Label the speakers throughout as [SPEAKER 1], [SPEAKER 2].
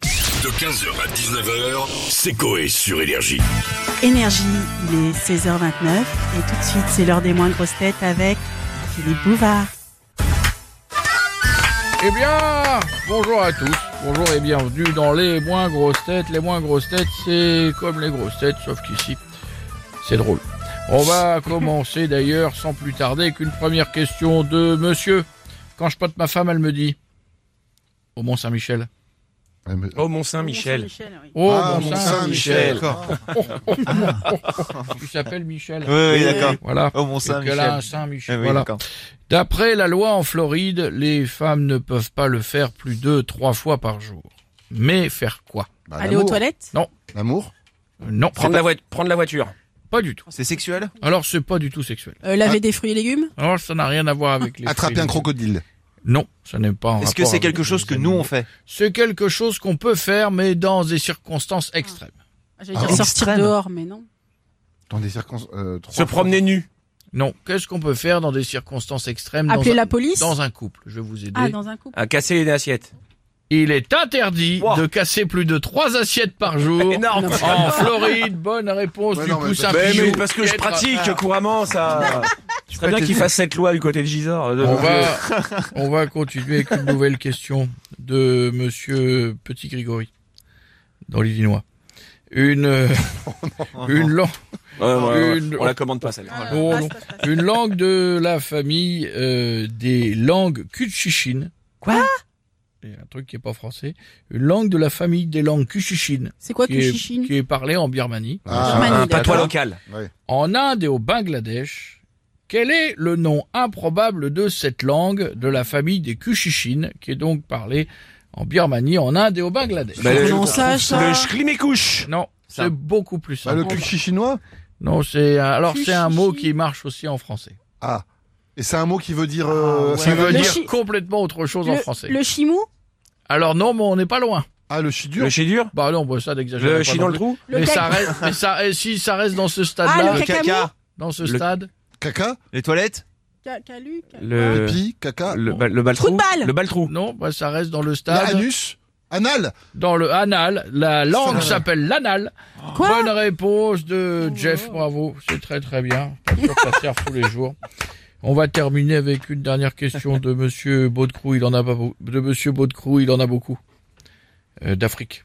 [SPEAKER 1] De 15h à 19h, c'est Coé sur Énergie.
[SPEAKER 2] Énergie, il est 16h29 et tout de suite c'est l'heure des moins grosses têtes avec Philippe Bouvard.
[SPEAKER 3] Eh bien, bonjour à tous. Bonjour et bienvenue dans les moins grosses têtes. Les moins grosses têtes, c'est comme les grosses têtes, sauf qu'ici, c'est drôle. On va commencer d'ailleurs sans plus tarder qu'une première question de monsieur. Quand je pote ma femme, elle me dit au Mont Saint-Michel.
[SPEAKER 4] Ah, mais-
[SPEAKER 5] Oh Mont Saint-Michel.
[SPEAKER 2] oui.
[SPEAKER 3] Oh,
[SPEAKER 4] Ah,
[SPEAKER 3] Mont
[SPEAKER 4] mon
[SPEAKER 3] Saint-Michel.
[SPEAKER 4] Saint-Michel. D'accord.
[SPEAKER 3] Tu s'appelles Michel.
[SPEAKER 4] Oui, oui, d'accord.
[SPEAKER 3] Voilà.
[SPEAKER 4] Oh, mon
[SPEAKER 3] Et que là, un
[SPEAKER 4] Saint-Michel. Ah
[SPEAKER 3] Saint-Michel.
[SPEAKER 4] oui,
[SPEAKER 3] voilà.
[SPEAKER 4] d'accord.
[SPEAKER 3] D'après la loi en Floride, les femmes ne peuvent pas le faire plus de trois fois par jour. Mais faire quoi
[SPEAKER 4] Bah,
[SPEAKER 2] Aller aux
[SPEAKER 4] l'amour.
[SPEAKER 2] toilettes
[SPEAKER 4] L'amour
[SPEAKER 3] Non,
[SPEAKER 5] Prendre la, voi- prendre la voiture.
[SPEAKER 3] pas du tout.
[SPEAKER 4] C'est sexuel
[SPEAKER 3] Alors c'est pas du tout sexuel.
[SPEAKER 2] Euh, Laver des fruits et légumes
[SPEAKER 3] Alors ça n'a rien à voir avec les.
[SPEAKER 4] Attraper un crocodile.
[SPEAKER 3] Non, ça n'est pas. en
[SPEAKER 6] Est-ce que
[SPEAKER 3] rapport
[SPEAKER 6] c'est
[SPEAKER 3] avec
[SPEAKER 6] quelque chose
[SPEAKER 3] les
[SPEAKER 6] que nous on
[SPEAKER 3] animaux.
[SPEAKER 6] fait
[SPEAKER 3] C'est quelque chose qu'on peut faire, mais dans des circonstances extrêmes.
[SPEAKER 2] J'allais
[SPEAKER 4] Ah,
[SPEAKER 2] dire sortir
[SPEAKER 6] extrême.
[SPEAKER 2] dehors, mais non.
[SPEAKER 4] Dans des circonstances. euh, trois
[SPEAKER 5] Se
[SPEAKER 4] fois.
[SPEAKER 5] promener nu.
[SPEAKER 3] Non, qu'est-ce qu'on peut faire dans des circonstances extrêmes dans
[SPEAKER 2] Appeler
[SPEAKER 3] un-
[SPEAKER 2] la police
[SPEAKER 3] Dans un couple, je vais vous aider.
[SPEAKER 2] Ah, dans un couple.
[SPEAKER 5] À casser les assiettes.
[SPEAKER 3] Il est interdit
[SPEAKER 5] Wow.
[SPEAKER 3] de casser plus de trois assiettes par jour.
[SPEAKER 5] Énorme.
[SPEAKER 2] Non.
[SPEAKER 3] En Floride, bonne réponse
[SPEAKER 4] Ouais,
[SPEAKER 3] du
[SPEAKER 4] non, mais
[SPEAKER 3] poussin
[SPEAKER 5] Oh. Mais,
[SPEAKER 3] Pichou.
[SPEAKER 5] mais parce que je pratique couramment ça. Je serais bien qu'il fasse cette loi du côté de Gisors.
[SPEAKER 3] On va, on va continuer avec une nouvelle question de monsieur Petit Grigori, dans l'Illinois. Une, euh, une, lan-
[SPEAKER 5] Ouais, ouais, ouais.
[SPEAKER 3] Une-
[SPEAKER 5] On la commande pas celle-là.
[SPEAKER 3] non, non. une langue de la famille euh, des langues kutchichines.
[SPEAKER 2] Quoi
[SPEAKER 3] Il y a un truc qui est pas français. Une langue de la famille des langues kutchichines,
[SPEAKER 2] C'est quoi que
[SPEAKER 3] qui, est-
[SPEAKER 2] chichine
[SPEAKER 3] qui est parlée en Birmanie.
[SPEAKER 4] Ah,
[SPEAKER 2] Birmanie,
[SPEAKER 5] Pas
[SPEAKER 2] d'accord.
[SPEAKER 5] toi local.
[SPEAKER 3] En Inde et au Bangladesh, quel est le nom improbable de cette langue de la famille des Kuchichines, qui est donc parlée en Birmanie, en Inde et au Bangladesh
[SPEAKER 5] Bah, le-
[SPEAKER 2] Non, ça, ça.
[SPEAKER 5] Le schlimécouche.
[SPEAKER 3] Non,
[SPEAKER 6] Ça.
[SPEAKER 3] c'est beaucoup plus
[SPEAKER 4] Bah,
[SPEAKER 3] simple.
[SPEAKER 4] le cuchi chinois
[SPEAKER 3] Non, c'est un- alors c'est un
[SPEAKER 2] Kuchichi.
[SPEAKER 3] mot qui marche aussi en français.
[SPEAKER 4] Ah. Et c'est un mot qui veut dire. euh,
[SPEAKER 3] Qui veut
[SPEAKER 2] Le
[SPEAKER 3] dire
[SPEAKER 2] chi-
[SPEAKER 3] complètement autre chose en français.
[SPEAKER 2] Le, le chimou
[SPEAKER 3] Alors non, mais on n'est pas loin.
[SPEAKER 4] Ah, le chidur
[SPEAKER 5] Le chédur.
[SPEAKER 3] Bah non, bah, ça d'exagérer.
[SPEAKER 5] Le
[SPEAKER 3] pas
[SPEAKER 5] chien
[SPEAKER 3] non
[SPEAKER 5] dans le
[SPEAKER 3] plus.
[SPEAKER 5] trou.
[SPEAKER 2] Le
[SPEAKER 3] mais
[SPEAKER 2] caca-
[SPEAKER 3] ça reste, mais ça, et si ça reste dans ce
[SPEAKER 2] Ah,
[SPEAKER 3] stade-là,
[SPEAKER 2] le
[SPEAKER 6] Le
[SPEAKER 2] caca-mou
[SPEAKER 6] caca,
[SPEAKER 3] dans ce
[SPEAKER 5] Le-
[SPEAKER 3] stade,
[SPEAKER 4] Caca
[SPEAKER 6] les toilettes
[SPEAKER 2] Ca- Calu ca-
[SPEAKER 5] Le
[SPEAKER 4] Pipi Caca
[SPEAKER 5] le ba- le bal
[SPEAKER 2] Trou de
[SPEAKER 5] trou.
[SPEAKER 2] balle.
[SPEAKER 5] Ah. Le bal trou.
[SPEAKER 3] non, bah ça reste dans le stade.
[SPEAKER 4] Anus Anal
[SPEAKER 3] dans le anal. La langue
[SPEAKER 4] va.
[SPEAKER 3] s'appelle l'anal.
[SPEAKER 2] Quoi
[SPEAKER 3] Bonne réponse de
[SPEAKER 2] Oh.
[SPEAKER 3] Jeff, bravo. C'est très très bien. Je suis sûr que ça sert tous les jours. On va terminer avec une dernière question de monsieur Baudecroux. Il en a pas beau- de monsieur Baudecroux, il en a beaucoup. Euh, d'Afrique.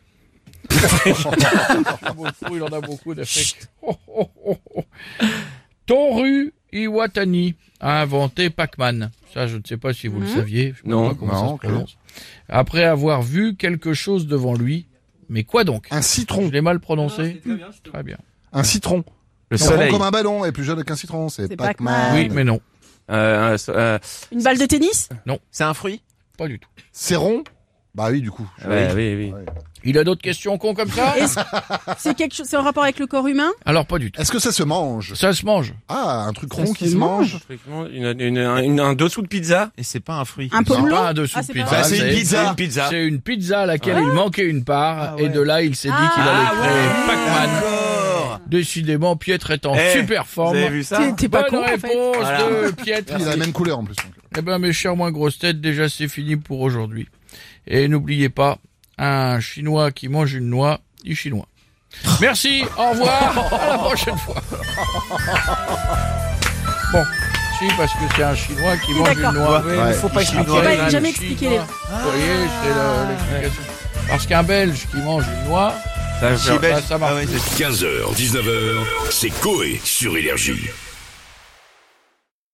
[SPEAKER 3] Baudecroux, il en a beaucoup d'Afrique. Oh, oh, oh, oh. Toru Iwatani a inventé Pac-Man. Ça, je ne sais pas si vous le
[SPEAKER 2] Mhm.
[SPEAKER 3] saviez. Je sais
[SPEAKER 5] Non.
[SPEAKER 3] pas comment ça se
[SPEAKER 4] Non,
[SPEAKER 3] prononce après avoir vu quelque chose devant lui. Mais quoi donc
[SPEAKER 4] Un
[SPEAKER 3] Je
[SPEAKER 4] citron
[SPEAKER 3] l'ai mal prononcé Très bien.
[SPEAKER 4] Un citron
[SPEAKER 5] Le
[SPEAKER 4] C'est rond
[SPEAKER 5] soleil.
[SPEAKER 4] comme un ballon et plus jeune qu'un citron, c'est
[SPEAKER 2] C'est
[SPEAKER 4] Pac-Man.
[SPEAKER 2] Pac-Man.
[SPEAKER 3] Oui, mais non,
[SPEAKER 5] Euh, un so- euh,
[SPEAKER 2] Une balle de tennis
[SPEAKER 6] c'est un fruit
[SPEAKER 3] pas du tout.
[SPEAKER 4] C'est rond Bah oui, du coup. Je
[SPEAKER 5] ouais,
[SPEAKER 4] l'ai dit.
[SPEAKER 5] Ah Oui, oui.
[SPEAKER 3] Il a d'autres questions cons comme ça
[SPEAKER 2] Est-ce- C'est quelque chose, c'est en rapport avec le corps humain
[SPEAKER 3] Alors pas du tout.
[SPEAKER 4] Est-ce que ça se mange
[SPEAKER 3] Ça se mange.
[SPEAKER 4] Ah, un truc
[SPEAKER 2] Ça
[SPEAKER 4] rond
[SPEAKER 2] se
[SPEAKER 4] qui se mange
[SPEAKER 5] Effectivement, une- une- un- une- Un dessous de pizza.
[SPEAKER 6] et c'est pas un fruit.
[SPEAKER 2] Un
[SPEAKER 3] C'est
[SPEAKER 2] pomelo
[SPEAKER 3] pas un dessous
[SPEAKER 2] Ah,
[SPEAKER 3] de
[SPEAKER 2] c'est
[SPEAKER 3] pizza.
[SPEAKER 2] pas-
[SPEAKER 4] Bah, c'est une
[SPEAKER 3] c'est-
[SPEAKER 4] pizza.
[SPEAKER 5] Une pizza.
[SPEAKER 3] C'est une pizza à laquelle il manquait une part,
[SPEAKER 6] Ah ouais.
[SPEAKER 3] et de là il s'est dit qu'il allait
[SPEAKER 5] Ah
[SPEAKER 3] créer
[SPEAKER 5] ouais.
[SPEAKER 3] Pac-Man.
[SPEAKER 6] D'accord.
[SPEAKER 3] Décidément, Pietre est en
[SPEAKER 5] Eh,
[SPEAKER 3] super
[SPEAKER 5] Vous
[SPEAKER 3] forme.
[SPEAKER 5] avez vu ça
[SPEAKER 2] T'es- T'es pas
[SPEAKER 3] Bonne
[SPEAKER 2] con en fait.
[SPEAKER 3] réponse
[SPEAKER 5] Voilà.
[SPEAKER 3] de Pietre.
[SPEAKER 4] Il a la même couleur en plus. donc.
[SPEAKER 3] Eh ben, mes chers moins grosses têtes, déjà c'est fini pour aujourd'hui. Et n'oubliez pas, un chinois qui mange une noix, il est chinois. Merci, au revoir, à la prochaine fois. Bon, si, parce que c'est un chinois qui
[SPEAKER 2] Oui,
[SPEAKER 3] mange
[SPEAKER 2] d'accord.
[SPEAKER 3] une noix.
[SPEAKER 5] Ouais, mais faut pas expliquer.
[SPEAKER 2] Faut pas
[SPEAKER 3] Un
[SPEAKER 2] jamais
[SPEAKER 3] Chinois.
[SPEAKER 2] expliquer les-
[SPEAKER 3] Vous voyez, c'est la- l'explication. Parce qu'un Belge qui mange une noix,
[SPEAKER 5] Ça, je-
[SPEAKER 6] Chez Belge.
[SPEAKER 3] ça marche.
[SPEAKER 6] Ah ouais, c'est-
[SPEAKER 1] 15h, 19h, c'est Coé sur Énergie.